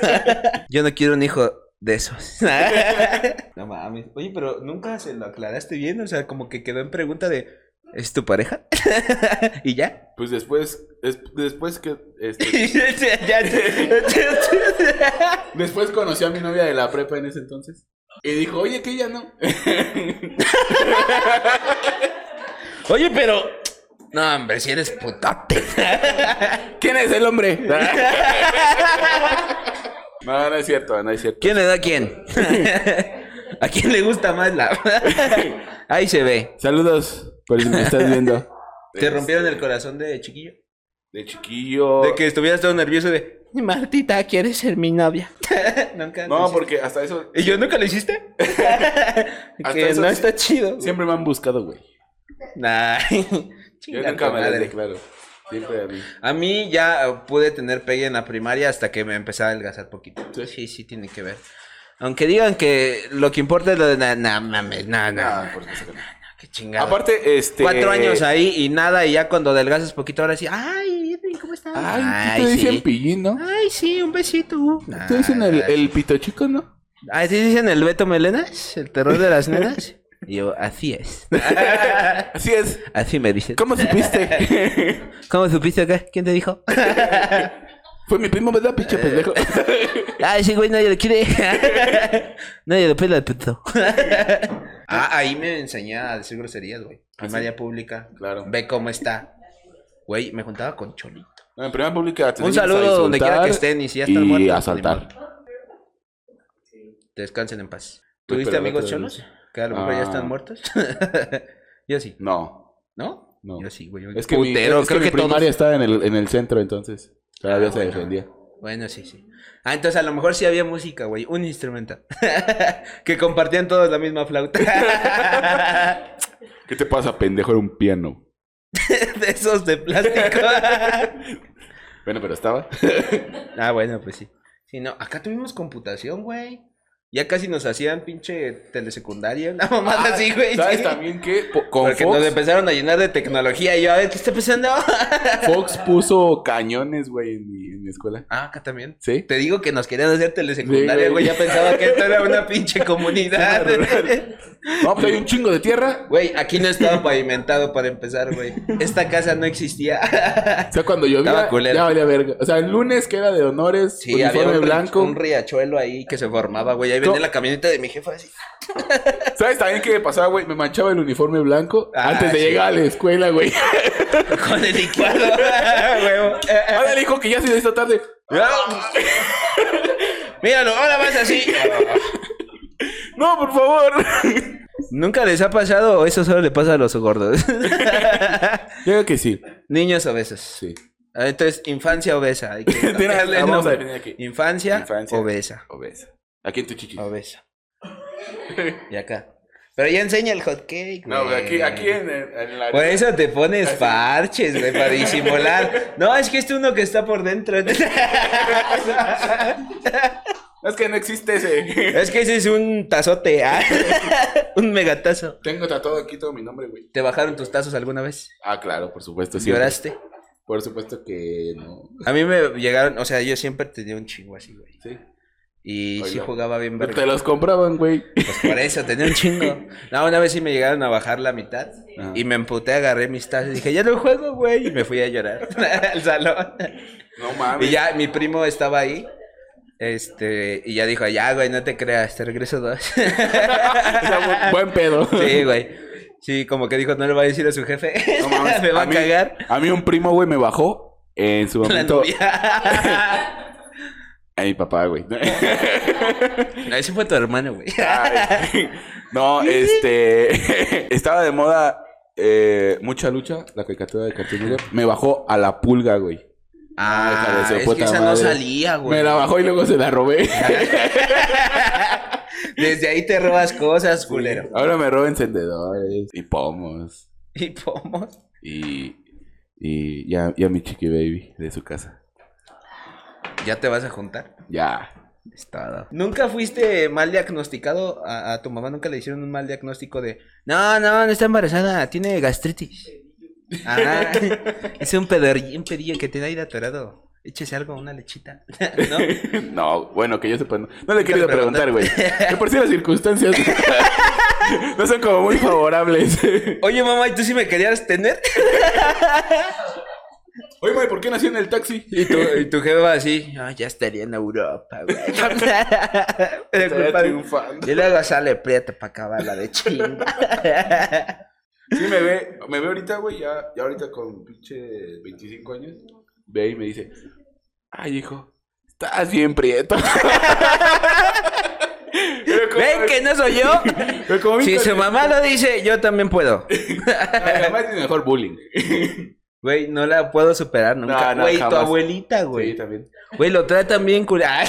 S1: Yo no quiero un hijo de esos. No mames. Oye, pero nunca se lo aclaraste bien. O sea, como que quedó en pregunta de. ¿Es tu pareja? ¿Y ya?
S2: Pues después, des- después que, este,
S1: Ya.
S2: después conocí a mi novia de la prepa en ese entonces. Y dijo, oye, que ella no.
S1: Oye, pero. No, hombre, si eres putate.
S2: ¿Quién es el hombre? No, no es cierto, no es cierto.
S1: ¿Quién le da a quién? ¿A quién le gusta más la.? Ahí se ve.
S2: Saludos, por si me estás viendo.
S1: ¿Te rompieron el corazón de chiquillo?
S2: De chiquillo.
S1: De que estuvieras todo nervioso de. Martita, ¿quieres ser mi novia? Nunca. lo
S2: No,
S1: hiciste.
S2: porque hasta eso
S1: ¿Y yo nunca lo hiciste? que
S2: eso
S1: no
S2: sí.
S1: está chido.
S2: siempre me han buscado, güey.
S1: Nah.
S2: Yo
S1: Chinga
S2: nunca
S1: tu
S2: me
S1: madre.
S2: las declaro. Siempre a mí.
S1: A mí ya eh, pude tener pegue en la primaria hasta que me empecé a adelgazar poquito. Sí, sí, tiene que ver. Aunque digan que lo que importa es lo de. Nah, nah, mames, nah, nah,
S2: Ah, por supuesto que no.
S1: qué chingada.
S2: Aparte, este.
S1: Cuatro años ahí y nada, y ya cuando adelgazas poquito, ahora sí. ¡Ay, Edwin, ¿cómo estás?
S2: Ay, sí te dicen pillín, ¿no?
S1: Ay, sí, un besito. uh.
S2: Te dicen el, el pito chico, ¿no?
S1: Ah, ¿sí dicen el Beto Melenas? ¿El terror de las nenas? Y yo, así es.
S2: Así es.
S1: Así me dicen.
S2: ¿Cómo supiste?
S1: ¿Cómo supiste acá? ¿Quién te dijo?
S2: Fue mi primo, ¿verdad,
S1: Eh.
S2: pinche pendejo?
S1: Ah, ese güey nadie lo quiere. nadie lo pela el puto. ah, ahí me enseñé a decir groserías, güey. Primaria pública.
S2: Claro.
S1: Ve cómo está. Güey, me juntaba con Cholito.
S2: No, en primera pública te
S1: Un
S2: enseñas a
S1: saludo donde
S2: insultar
S1: quiera que estén y si ya están
S2: y
S1: muertos, pues,
S2: a saltar.
S1: Descansen en paz.
S2: Güey,
S1: ¿Tuviste
S2: pero
S1: amigos
S2: otra vez.
S1: cholos? Que a lo mejor ya
S2: Ah.
S1: están muertos. yo sí.
S2: No.
S1: ¿No?
S2: No.
S1: Yo sí, güey.
S2: Es que mi,
S1: Putero,
S2: es que mi
S1: todos-
S2: primaria estaba en el, en el centro, entonces. Todavía
S1: Ah,
S2: se
S1: bueno.
S2: defendía.
S1: Bueno, sí, sí. Ah, entonces a lo mejor sí había música, güey. Un instrumento. que compartían todos la misma flauta.
S2: ¿Qué te pasa, pendejo? Era un piano.
S1: de esos de plástico.
S2: Bueno, pero estaba.
S1: ah, bueno, pues sí. Sí, no, acá tuvimos computación, güey. Ya casi nos hacían pinche telesecundaria, una mamada así, güey.
S2: ¿Sabes
S1: Ah, sí.
S2: también que Con
S1: Porque
S2: Fox,
S1: nos empezaron a llenar de tecnología. Y yo, a ver, ¿qué está pasando?
S2: Fox puso cañones, güey, en mi, en mi escuela.
S1: ah, acá también.
S2: ¿Sí?
S1: Te digo que nos querían hacer telesecundaria,
S2: Sí,
S1: güey.
S2: güey.
S1: Ya pensaba que esto era una pinche comunidad.
S2: No, pues hay un chingo de tierra.
S1: Güey, aquí no estaba pavimentado para empezar, güey. Esta casa no existía.
S2: O sea, cuando llovía,
S1: Estaba culero.
S2: ya valía verga. O sea, el lunes que era de honores,
S1: Sí, había
S2: uniforme
S1: un, ri-
S2: blanco.
S1: un riachuelo ahí que se formaba, güey. Ahí venía
S2: No.
S1: la camioneta de mi jefa así.
S2: ¿Sabes también qué me pasaba, güey? Me manchaba el uniforme blanco
S1: Ah,
S2: antes de
S1: sí.
S2: llegar a la escuela, güey.
S1: Con el licuado. Huevo.
S2: Ahora le dijo que ya se hizo esta tarde.
S1: Míralo, ahora vas así.
S2: No, por favor.
S1: ¿Nunca les ha pasado o eso solo le pasa a los gordos?
S2: Yo creo que sí.
S1: Niños obesos.
S2: Sí.
S1: Ah, Entonces, infancia obesa. Hay que cambiarle el
S2: vamos a
S1: nombre.
S2: definir aquí.
S1: Infancia,
S2: Infancia.
S1: obesa.
S2: Obesa. Aquí en tu chichi.
S1: Obesa. Y acá. Pero ya enseña el hot cake,
S2: No, güey, aquí, aquí en, el- en la.
S1: Por eso te pones
S2: Así.
S1: parches, güey, para disimular. No, es que este uno que está por dentro.
S2: Es que no existe ese.
S1: Es que ese es un tazote, ah. un megatazo.
S2: Tengo tatuado aquí todo mi nombre, güey.
S1: ¿Te bajaron tus tazos alguna vez?
S2: Ah, claro, por supuesto. Sí.
S1: ¿Lloraste?
S2: Por supuesto que no.
S1: A mí me llegaron, o sea, yo siempre tenía un chingo así, güey.
S2: Sí.
S1: Y sí
S2: Oiga.
S1: jugaba bien
S2: Pero
S1: verga.
S2: te los compraban, güey.
S1: Pues por eso, tenía un chingo. No, una vez sí me llegaron a bajar la mitad.
S2: Ajá.
S1: Y me emputé, agarré mis tazos y dije, ya no juego, güey. Y me fui a llorar al salón.
S2: No mames.
S1: Y ya mi primo estaba ahí. Este, y ya dijo, ya, güey, no te creas, te regreso dos.
S2: O sea, bu- buen pedo.
S1: sí, güey. Sí, como que dijo, no le va a decir a su jefe.
S2: No mames,
S1: me va a,
S2: mí-
S1: cagar.
S2: A mí un primo, güey, me bajó en su
S1: La
S2: momento.
S1: novia.
S2: A mi papá, güey.
S1: No, ese fue tu hermano, güey.
S2: Ay. No, este. Estaba de moda eh, mucha lucha, la caricatura de Cartoon Network. Me bajó a la pulga, güey. hija de
S1: Ah,
S2: su
S1: es que
S2: puta
S1: esa no
S2: madre.
S1: salía, güey.
S2: Me la bajó y luego se la robé.
S1: Desde ahí te robas cosas, culero.
S2: Ahora me robo encendedores y pomos.
S1: ¿Y pomos?
S2: Y, y ya, ya mi chiqui baby de su casa.
S1: ¿Ya te vas a juntar?
S2: Ya.
S1: Estado. ¿Nunca fuiste mal diagnosticado? A, a tu mamá nunca le hicieron un mal diagnóstico de... No, no, no está embarazada, tiene gastritis. Ajá. Es un, pedor- un pedillo que tiene ahí atorado. Échese algo, una lechita. ¿No?
S2: No, bueno, que yo sepa. No, no le he
S1: Nunca
S2: querido
S1: le preguntaste.
S2: preguntar, güey. De por sí las circunstancias no son como muy favorables.
S1: Oye, mamá, ¿y tú sí me querías tener?
S2: Oye, mae, ¿por qué nací en el taxi?
S1: Y tu, y tu jefa así, "No, ya estaría en Europa, güey. Era
S2: Estaría
S1: culpa de-
S2: triunfando.
S1: Y luego sale prieta para acabarla de chinga.
S2: Sí, me ve, me ve ahorita, güey, ya, ya ahorita con pinche 25 años. Ve y me dice, ay, hijo, estás bien prieto. Pero como-
S1: ¿Ven que no soy yo?
S2: pero como
S1: Si
S2: bien
S1: su
S2: con-
S1: mamá lo dice, yo también puedo.
S2: Ay, Además es mejor bullying.
S1: Güey, no la puedo superar nunca.
S2: No, no,
S1: Güey, tu
S2: jamás.
S1: abuelita,
S2: Güey,
S1: güey.
S2: también.
S1: Güey, lo tratan bien curado.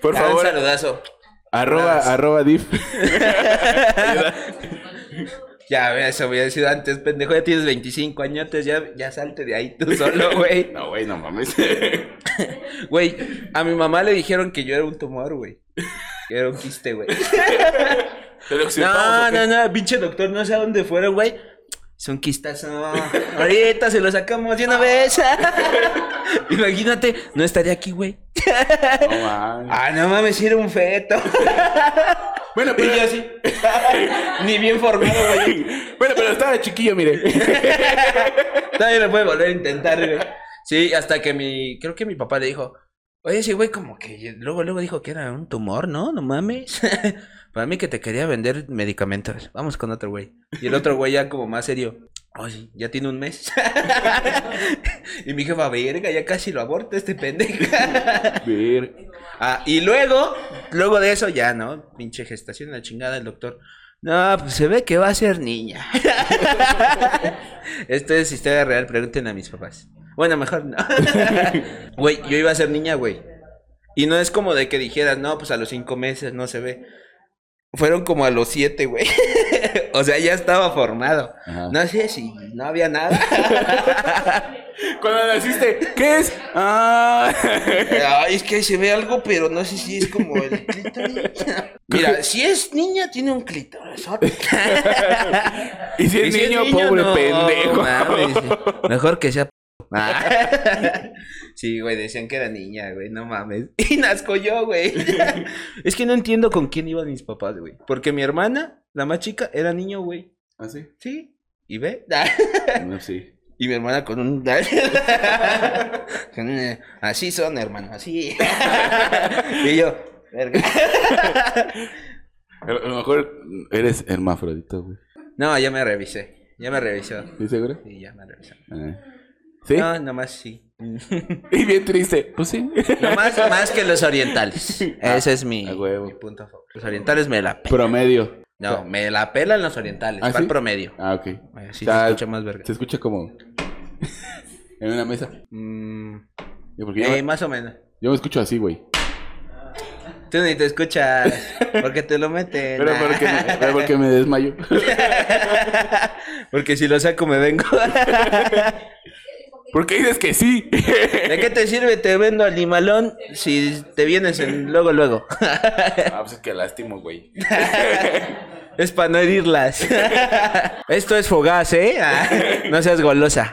S2: Por
S1: Ah, Un
S2: favor,
S1: saludazo.
S2: arroba, arroba diff.
S1: Ya, ve, eso hubiera sido antes, pendejo. Ya tienes 25 añotes, ya, ya salte de ahí tú solo, güey.
S2: No, güey, no mames.
S1: Güey, a mi mamá le dijeron que yo era un tumor, güey. Que era un quiste, güey. No, no, no, pinche doctor, no sé a dónde fueron, güey. Son quistas, no. Ahorita se lo sacamos de una vez. Imagínate, no estaría aquí, güey.
S2: No mames.
S1: Ah, no mames, era un feto.
S2: Bueno,
S1: Y yo
S2: pero,
S1: así. Ni bien formado, güey.
S2: bueno, pero estaba chiquillo, mire.
S1: Todavía lo puede volver a intentar, güey. Sí, hasta que mi. Creo que mi papá le dijo. Oye, ese güey, como que luego, luego dijo que era un tumor, ¿no? No mames. Para mí que te quería vender medicamentos. Vamos con otro güey. Y el otro güey ya como más serio. Oye, ya tiene un mes. y mi jefa, verga, ya casi lo aborta este pendejo.
S2: Ver.
S1: Ah, y luego, luego de eso ya, ¿no? Pinche gestación, la chingada, el doctor. No, pues se ve que va a ser niña. Esto es historia real, pregunten a mis papás. Bueno, mejor no. Güey, yo iba a ser niña, güey. Y no es como de que dijeras, no, pues a los cinco meses no se ve. Fueron como a los siete, güey. o sea, ya estaba formado.
S2: Ajá.
S1: No sé si no había nada.
S2: Cuando naciste, ¿qué es? Ah.
S1: Ay, es que se ve algo, pero no sé si es como el clítoris. Mira, si es niña, tiene un clítoris.
S2: Y si es niño, pobre pendejo.
S1: Mejor que sea. p- Ah. Sí, güey, decían que era niña, güey, no mames. Y nazco yo, güey. Es que no entiendo con quién iban mis papás, güey. Porque mi hermana, la más chica, era niño, güey.
S2: ¿Ah, sí?
S1: Sí. ¿Y ve?
S2: No, sí.
S1: Y mi hermana con un... con un- eh, así son, hermano, así. y yo, verga.
S2: A lo a lo mejor eres hermafrodita, güey.
S1: No, ya me revisé. Ya me revisó.
S2: ¿Sí seguro?
S1: Sí, ya me revisó.
S2: Ah. ¿Sí?
S1: No, nomás sí.
S2: Y bien triste. Pues sí.
S1: Nomás más que los orientales. Ese es mi,
S2: Ah, a huevo.
S1: mi punto a favor. Los orientales me la pelan.
S2: Promedio.
S1: No, me la pelan los orientales.
S2: ¿Ah,
S1: ¿Cuál
S2: sí?
S1: promedio?
S2: Ah, ok.
S1: Eh, Sí,
S2: O sea,
S1: se escucha más verga.
S2: Se escucha como en una mesa.
S1: Mm,
S2: Yo, porque yo,
S1: eh,
S2: me-
S1: más o menos.
S2: yo me escucho así, güey.
S1: Tú ni te escuchas porque te lo meten.
S2: Pero
S1: ah.
S2: porque me, pero porque me desmayo.
S1: Porque si lo saco me vengo.
S2: ¿Por qué dices que sí?
S1: ¿De qué te sirve? Te vendo al limalón si te vienes en luego, luego.
S2: Ah, pues es que lastimo, güey.
S1: Es para no herirlas. Esto es fogaz, ¿eh? Ah, No seas golosa.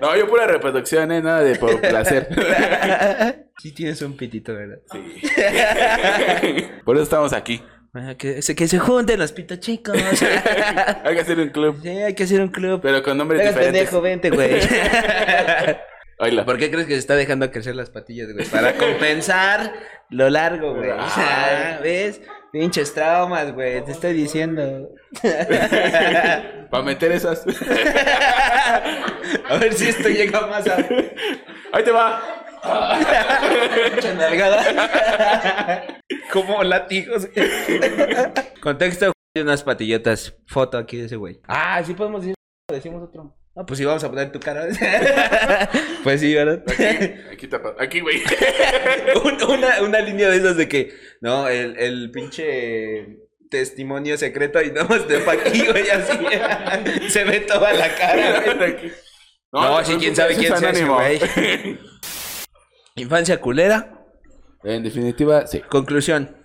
S2: No, yo pura reproducción, ¿eh? Nada de por placer.
S1: Sí tienes un pitito, ¿verdad?
S2: Por eso estamos aquí.
S1: Ah, Que se, que se junten los pito chicos. Sí,
S2: Hay que hacer un club,
S1: hay que hacer un club.
S2: pero con nombres
S1: Venga,
S2: diferentes.
S1: pendejo, vente, güey.
S2: Oíla.
S1: ¿Por qué crees que se está dejando crecer las patillas, güey? Para compensar lo largo, güey.
S2: Ah.
S1: O sea, ¿ves? Pinches traumas, güey. Te estoy diciendo.
S2: Para meter esas.
S1: A ver si esto llega más a...
S2: Ahí te va.
S1: Pinche nalgada. Como latigos. Contexto de unas patillotas. Foto aquí de ese güey. Ah, sí podemos decir. Decimos otro. No, pues sí, vamos a poner tu cara. pues sí, ¿verdad?
S2: Aquí tapa. Aquí, güey.
S1: Un- una, una línea de esas de que. No, el, el pinche. testimonio secreto y nada más de pa' aquí, güey, así. Se ve toda la cara, güey. No, sí, quién sabe quién sea ese, güey. Infancia culera.
S2: En definitiva, sí.
S1: Conclusión.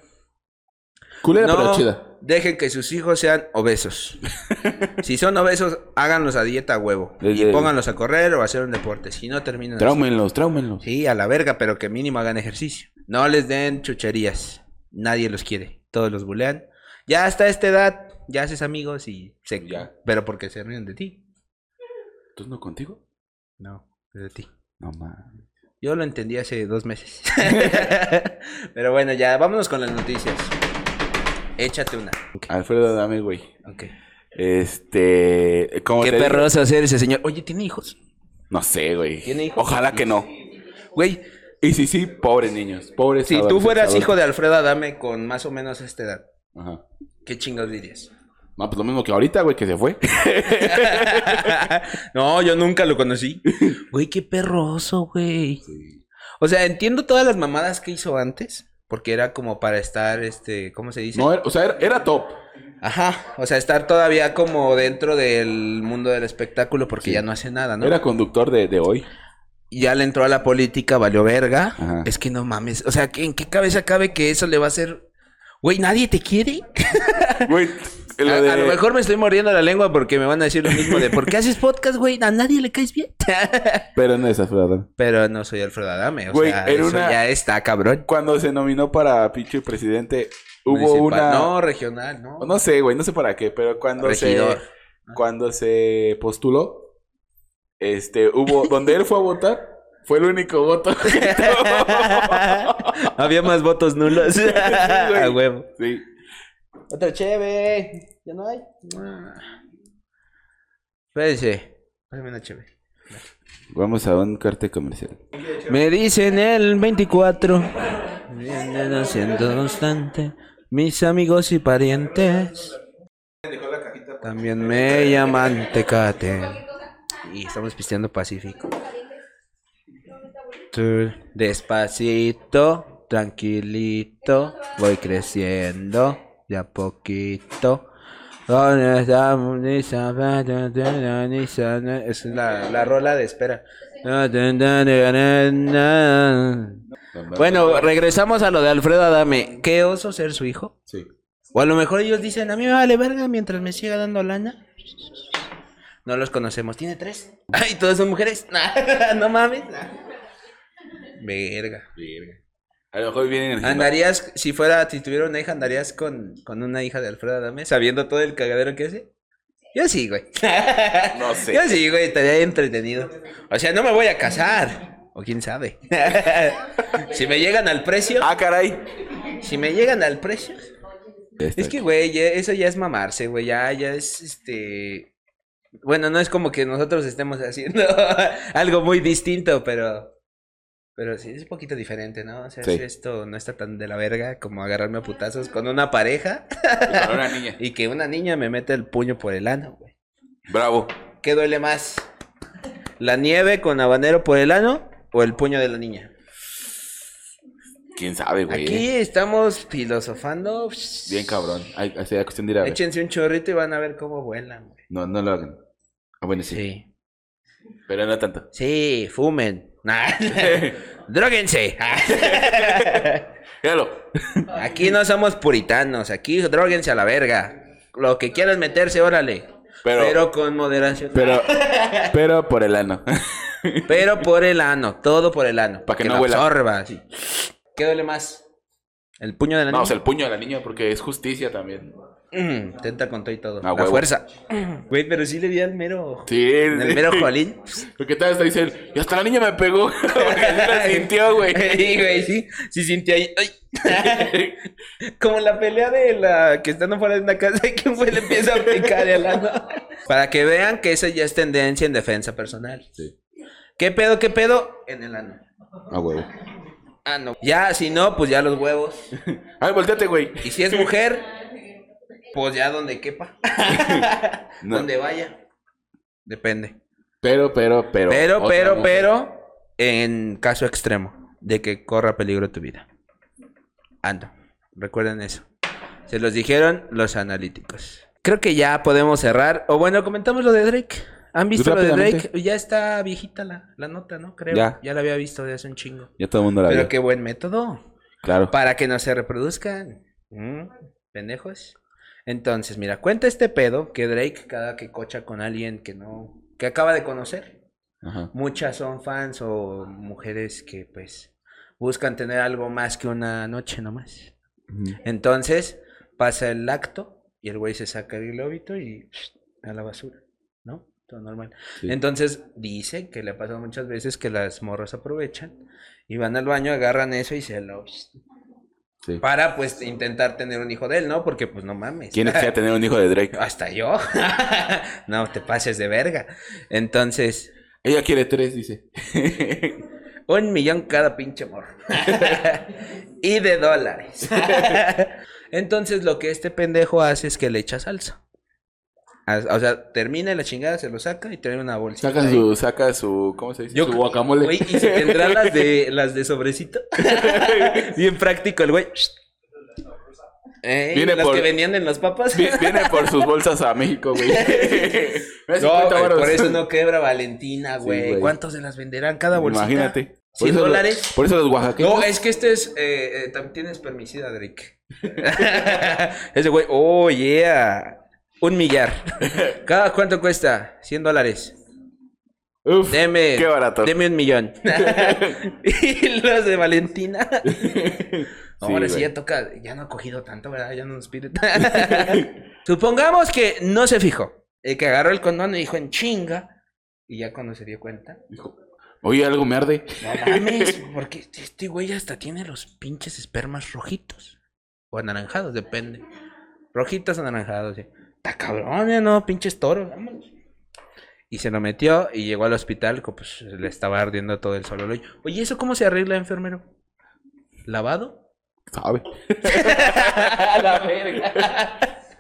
S2: Culera
S1: no
S2: pero chida.
S1: dejen que sus hijos sean obesos. si son obesos, háganlos a dieta a huevo.
S2: Desde-
S1: Y pónganlos a correr o a hacer un deporte. Si no, terminan así.
S2: Tráumenlos, tráumenlos.
S1: Sí, a la verga, pero que mínimo hagan ejercicio. No les den chucherías. Nadie los quiere. Todos los bulean. Ya hasta esta edad, ya haces amigos y se...
S2: Ya.
S1: Pero porque se ríen de ti.
S2: ¿Tú no contigo?
S1: No, de ti.
S2: No mames.
S1: Yo lo entendí hace dos meses. pero bueno, ya, vámonos con las noticias. Échate una.
S2: Alfredo, dame, güey.
S1: Ok.
S2: Este. ¿Cómo
S1: Qué
S2: te digo?
S1: perroso ser ese señor. Oye, ¿tiene hijos?
S2: No sé, güey.
S1: ¿Tiene hijos?
S2: Ojalá que no.
S1: Güey,
S2: Y sí, sí, pobres niños. Pobres
S1: si tú fueras hijo de Alfredo Adame con más o menos esta edad,
S2: Ajá.
S1: ¿qué chingados dirías?
S2: No, pues lo mismo que ahorita, güey, que se fue.
S1: no, yo nunca lo conocí. Güey, qué perroso, güey. O sea, entiendo todas las mamadas que hizo antes, porque era como para estar, este, ¿cómo se dice?
S2: No, eh. era- o sea, era, era top.
S1: Ajá, o sea, estar todavía como dentro del mundo del espectáculo porque
S2: Sí.
S1: ya no hace nada, ¿no?
S2: Era conductor de, de hoy.
S1: Y ya le entró a la política, valió verga.
S2: Ajá.
S1: Es que no mames, o sea, ¿qué- ¿en qué cabeza cabe que eso le va a hacer? Güey, nadie te quiere.
S2: Güey, lo
S1: A,
S2: de-
S1: a lo mejor me estoy mordiendo la lengua porque me van a decir lo mismo de ¿por qué haces podcast, güey? A nadie le caes bien.
S2: Pero no es Alfredo.
S1: Pero no soy Alfredo Adame, o
S2: Güey,
S1: sea,
S2: en
S1: eso
S2: una-
S1: ya está, cabrón.
S2: Cuando se nominó para pinche presidente, hubo
S1: Municipal.
S2: una.
S1: No, regional, no.
S2: No sé, güey, no sé para qué, pero cuando
S1: Regidor.
S2: se cuando se postuló, este, hubo donde él fue a votar, fue el único voto.
S1: Había más votos nulos. a huevo.
S2: sí.
S1: Otra cheve. ¿Ya no hay? Ah. Espérense. Pásame una cheve.
S2: Vamos a un corte comercial.
S1: Me dicen el 24. Vienen haciendo constante. Mis amigos y parientes. También me llaman Tecate. Y estamos pisteando Pacífico. Tú, Despacito, tranquilito. Voy creciendo, ya poquito. Esa es la, la rola de espera. Bueno, regresamos a lo de Alfredo Adame. ¿Qué oso ser su hijo?
S2: sí.
S1: O a lo mejor ellos dicen, a mí me vale verga mientras me siga dando lana. No los conocemos. ¿Tiene tres? Ay, todas son mujeres. Nah, no mames. nah. Verga.
S2: A lo mejor vienen
S1: ¿Andarías, si fuera, si tuviera una hija, andarías con, con una hija de Alfredo Adame, sabiendo todo el cagadero que hace? Yo sí, güey.
S2: No sé.
S1: Yo sí, güey, estaría entretenido. O sea, no me voy a casar. O quién sabe. si me llegan al precio.
S2: Ah, caray.
S1: Si me llegan al precio. Es que, güey, ya- eso ya es mamarse, güey. Ya, ya es este. Bueno, no es como que nosotros estemos haciendo algo muy distinto, pero. Pero sí, es un poquito diferente, ¿no? O sea,
S2: Sí.
S1: si esto no está tan de la verga como agarrarme a putazos con una pareja
S2: una niña.
S1: y que una niña me meta el puño por el ano, güey.
S2: Bravo.
S1: ¿Qué duele más? ¿La nieve con habanero por el ano o el puño de la niña?
S2: Quién sabe, güey.
S1: Aquí
S2: eh.
S1: estamos filosofando.
S2: Bien cabrón. Ay, ay, sería cuestión de ir a ver.
S1: Échense un chorrito y van a ver cómo vuelan, güey.
S2: No, no lo hagan. Ah, bueno, sí.
S1: Sí.
S2: Pero no tanto.
S1: Sí, fumen. Nah. Dróguense.
S2: Míralo.
S1: Aquí no somos puritanos. Aquí dróguense a la verga. Lo que quieran meterse, órale.
S2: Pero-
S1: Pero, con moderación. Pero,
S2: Pero, pero por el ano.
S1: por el ano. Todo por el ano.
S2: Pa' que no
S1: la
S2: huela.
S1: absorba, sí. ¿Qué duele más? ¿El puño de la
S2: No, o
S1: niña?
S2: sea, el puño de la niña, porque es justicia también.
S1: Mm, tenta con todo y todo.
S2: Ah,
S1: la
S2: huevo.
S1: fuerza. Mm, Güey, pero sí le vi al mero.
S2: Sí,
S1: en el mero Jolín.
S2: Porque tal hasta dice él, y hasta la niña me pegó. Porque sí la sintió, güey.
S1: Sí, güey, sí. Sí sintió ahí. ay. Como la pelea de la que están afuera de una casa y que un güey le empieza a picar el ano. Para que vean que esa ya es tendencia en defensa personal.
S2: Sí.
S1: ¿Qué pedo, qué pedo? En el ano.
S2: Ah, huevo.
S1: Ah, no. Ya, si no, pues ya los huevos.
S2: Ay, volteate, güey.
S1: Y si es mujer, pues ya donde quepa.
S2: No.
S1: Donde vaya. Depende.
S2: Pero, pero, pero.
S1: Pero,
S2: Otra
S1: pero,
S2: mujer.
S1: pero, en caso extremo de que corra peligro tu vida. Ando. Recuerden eso. Se los dijeron los analíticos. Creo que ya podemos cerrar. O bueno, comentamos lo de Drake. ¿Han visto lo de
S2: Rápidamente.
S1: Drake? Ya está viejita la, la nota, ¿no? Creo.
S2: Ya.
S1: Ya. la había visto de hace un chingo.
S2: Ya todo el mundo la
S1: Pero
S2: vio.
S1: qué buen método.
S2: Claro.
S1: Para que no se reproduzcan. Mm, Pendejos. Entonces, mira, cuenta este pedo que Drake, cada que cocha con alguien que no. que acaba de conocer.
S2: Ajá.
S1: Muchas son fans o mujeres que, pues, buscan tener algo más que una noche nomás.
S2: Ujú.
S1: Entonces, pasa el acto y el güey se saca el globito y psh, a la basura, ¿no? Todo normal.
S2: Sí.
S1: Entonces, dicen que le ha pasado muchas veces que las morras aprovechan y van al baño, agarran eso y se lo... psh,
S2: Sí.
S1: Para, pues, intentar tener un hijo de él, ¿no? Porque, pues, no mames.
S2: ¿Quién quisiera tener un hijo de Drake?
S1: Hasta yo. no, te pases de verga. Entonces,
S2: Ella quiere tres, dice.
S1: Un millón cada pinche morro. y de dólares. Entonces lo que este pendejo hace es que le echa salsa. As- O sea, termina la chingada, se lo saca y trae una bolsita.
S2: Saca
S1: ahí.
S2: su, saca su, ¿cómo se dice?
S1: Yo-
S2: su guacamole.
S1: Güey, y si tendrá las de, las de sobrecito. Bien práctico el güey. Ey,
S2: Viene
S1: las
S2: por-
S1: que vendían en las papas.
S2: Vi- Viene por sus bolsas a México, güey.
S1: No,
S2: Me 50
S1: güey,
S2: varos.
S1: por eso no quebra Valentina,
S2: Sí,
S1: güey.
S2: güey.
S1: ¿Cuántos se las venderán cada bolsita?
S2: Imagínate. Por
S1: 100
S2: eso lo-
S1: dólares.
S2: por eso los oaxaqueños.
S1: No, es que este es. Eh, eh, tam- tienes permisida, Drake. Ese güey, oh yeah. Un millar. ¿Cada cuánto cuesta? 100 dólares.
S2: Uf,
S1: Deme.
S2: qué barato.
S1: Deme un millón. y los de Valentina. No,
S2: Sí,
S1: ahora sí
S2: güey.
S1: ya toca. Ya no ha cogido tanto, ¿verdad? Ya no nos pide tanto. Supongamos que no se fijó. El que agarró el condón y dijo en chinga. Y ya cuando se dio cuenta.
S2: Dijo, Oye, algo me arde.
S1: No mames, porque este- este güey hasta tiene los pinches espermas rojitos. O anaranjados, depende. Rojitos o anaranjados, sí. Está cabrón, ya no, pinches toros, vámonos. Y se lo metió y llegó al hospital, co- pues le estaba ardiendo todo el solo el hoyo. Oye, ¿eso cómo se arregla, enfermero? ¿Lavado?
S2: ¿Sabe?
S1: A la verga.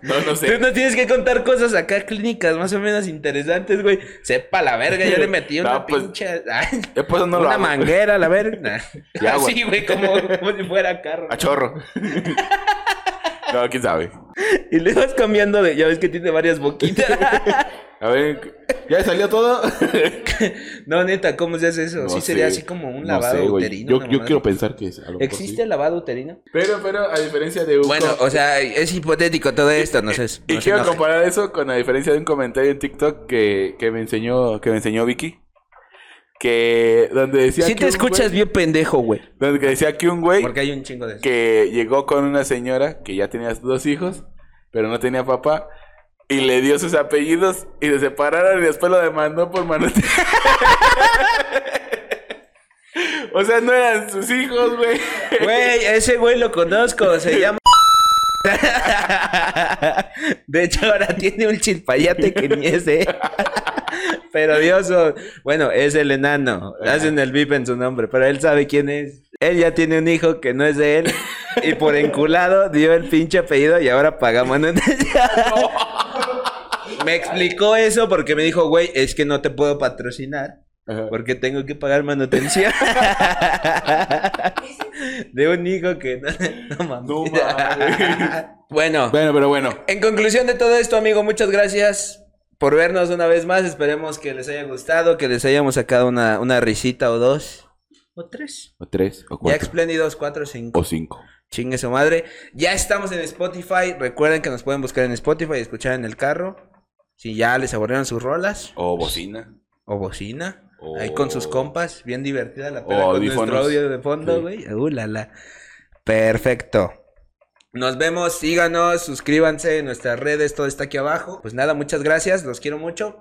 S2: No, no
S1: Tú
S2: sé.
S1: no tienes que contar cosas acá clínicas más o menos interesantes, güey. Sepa la verga, yo le metí una
S2: No, pues,
S1: pinche.
S2: Ya por eso no lo
S1: una
S2: hago.
S1: manguera, la verga.
S2: Ya, güey.
S1: Así, güey, como, como si fuera carro.
S2: A chorro. no, quién sabe.
S1: Y le vas cambiando de. Ya ves que tiene varias boquitas.
S2: A ver, ¿ya salió todo?
S1: no, neta, ¿cómo se hace eso?
S2: No
S1: sí,
S2: sé.
S1: sería así como un
S2: No
S1: lavado
S2: sé, güey.
S1: uterino.
S2: Yo,
S1: una
S2: yo
S1: mamada
S2: quiero
S1: así.
S2: pensar que es. a lo mejor
S1: ¿Existe
S2: sí.
S1: el lavado uterino?
S2: Pero, pero, a diferencia de un.
S1: Bueno,
S2: co-
S1: o sea, es hipotético todo esto, no sé.
S2: Y
S1: no se
S2: quiero
S1: enojen.
S2: comparar eso con la diferencia de un comentario en TikTok que, que me enseñó que me enseñó Vicky. Que donde decía
S1: Si
S2: que
S1: te
S2: un
S1: escuchas
S2: güey-
S1: bien pendejo, güey.
S2: donde que decía que un güey
S1: Porque hay un chingo de eso.
S2: que llegó con una señora que ya tenía dos hijos, pero no tenía papá y le dio sus apellidos y se separaron y después lo demandó por manoteo. o sea, no eran sus hijos, güey.
S1: Güey, ese güey lo conozco, se llama. De hecho, ahora tiene un chilpayate que ni es de él. Pero Dios, oh, bueno, es el enano. Hacen el bip en su nombre, pero él sabe quién es. Él ya tiene un hijo que no es de él. Y por enculado dio el pinche apellido y ahora pagamos. Me explicó eso porque me dijo, güey, es que no te puedo patrocinar.
S2: Ajá.
S1: Porque tengo que pagar manutención. De un hijo que no, no mames.
S2: No mames.
S1: Bueno,
S2: Bueno, pero bueno.
S1: en conclusión de todo esto, amigo, muchas gracias por vernos una vez más. Esperemos que les haya gustado, que les hayamos sacado una, una risita o dos. O tres.
S2: O tres, o
S1: Ya
S2: cuatro,
S1: espléndidos, cuatro, cinco.
S2: o cinco.
S1: Chingue su madre. Ya estamos en Spotify. Recuerden que nos pueden buscar en Spotify y escuchar en el carro. Si ya les aburrieron sus rolas.
S2: O bocina.
S1: O bocina.
S2: O-
S1: Ahí con sus compas. Bien divertida la
S2: O
S1: peda con nuestro
S2: Oh. audífonos.
S1: audio de
S2: Sí.
S1: fondo, güey. Uh, la, la. Perfecto. Nos vemos, síganos, suscríbanse en nuestras redes, todo está aquí abajo. Pues nada, muchas gracias, los quiero mucho.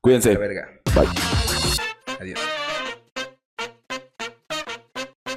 S2: Cuídense.
S1: La verga.
S2: Bye.
S1: Adiós.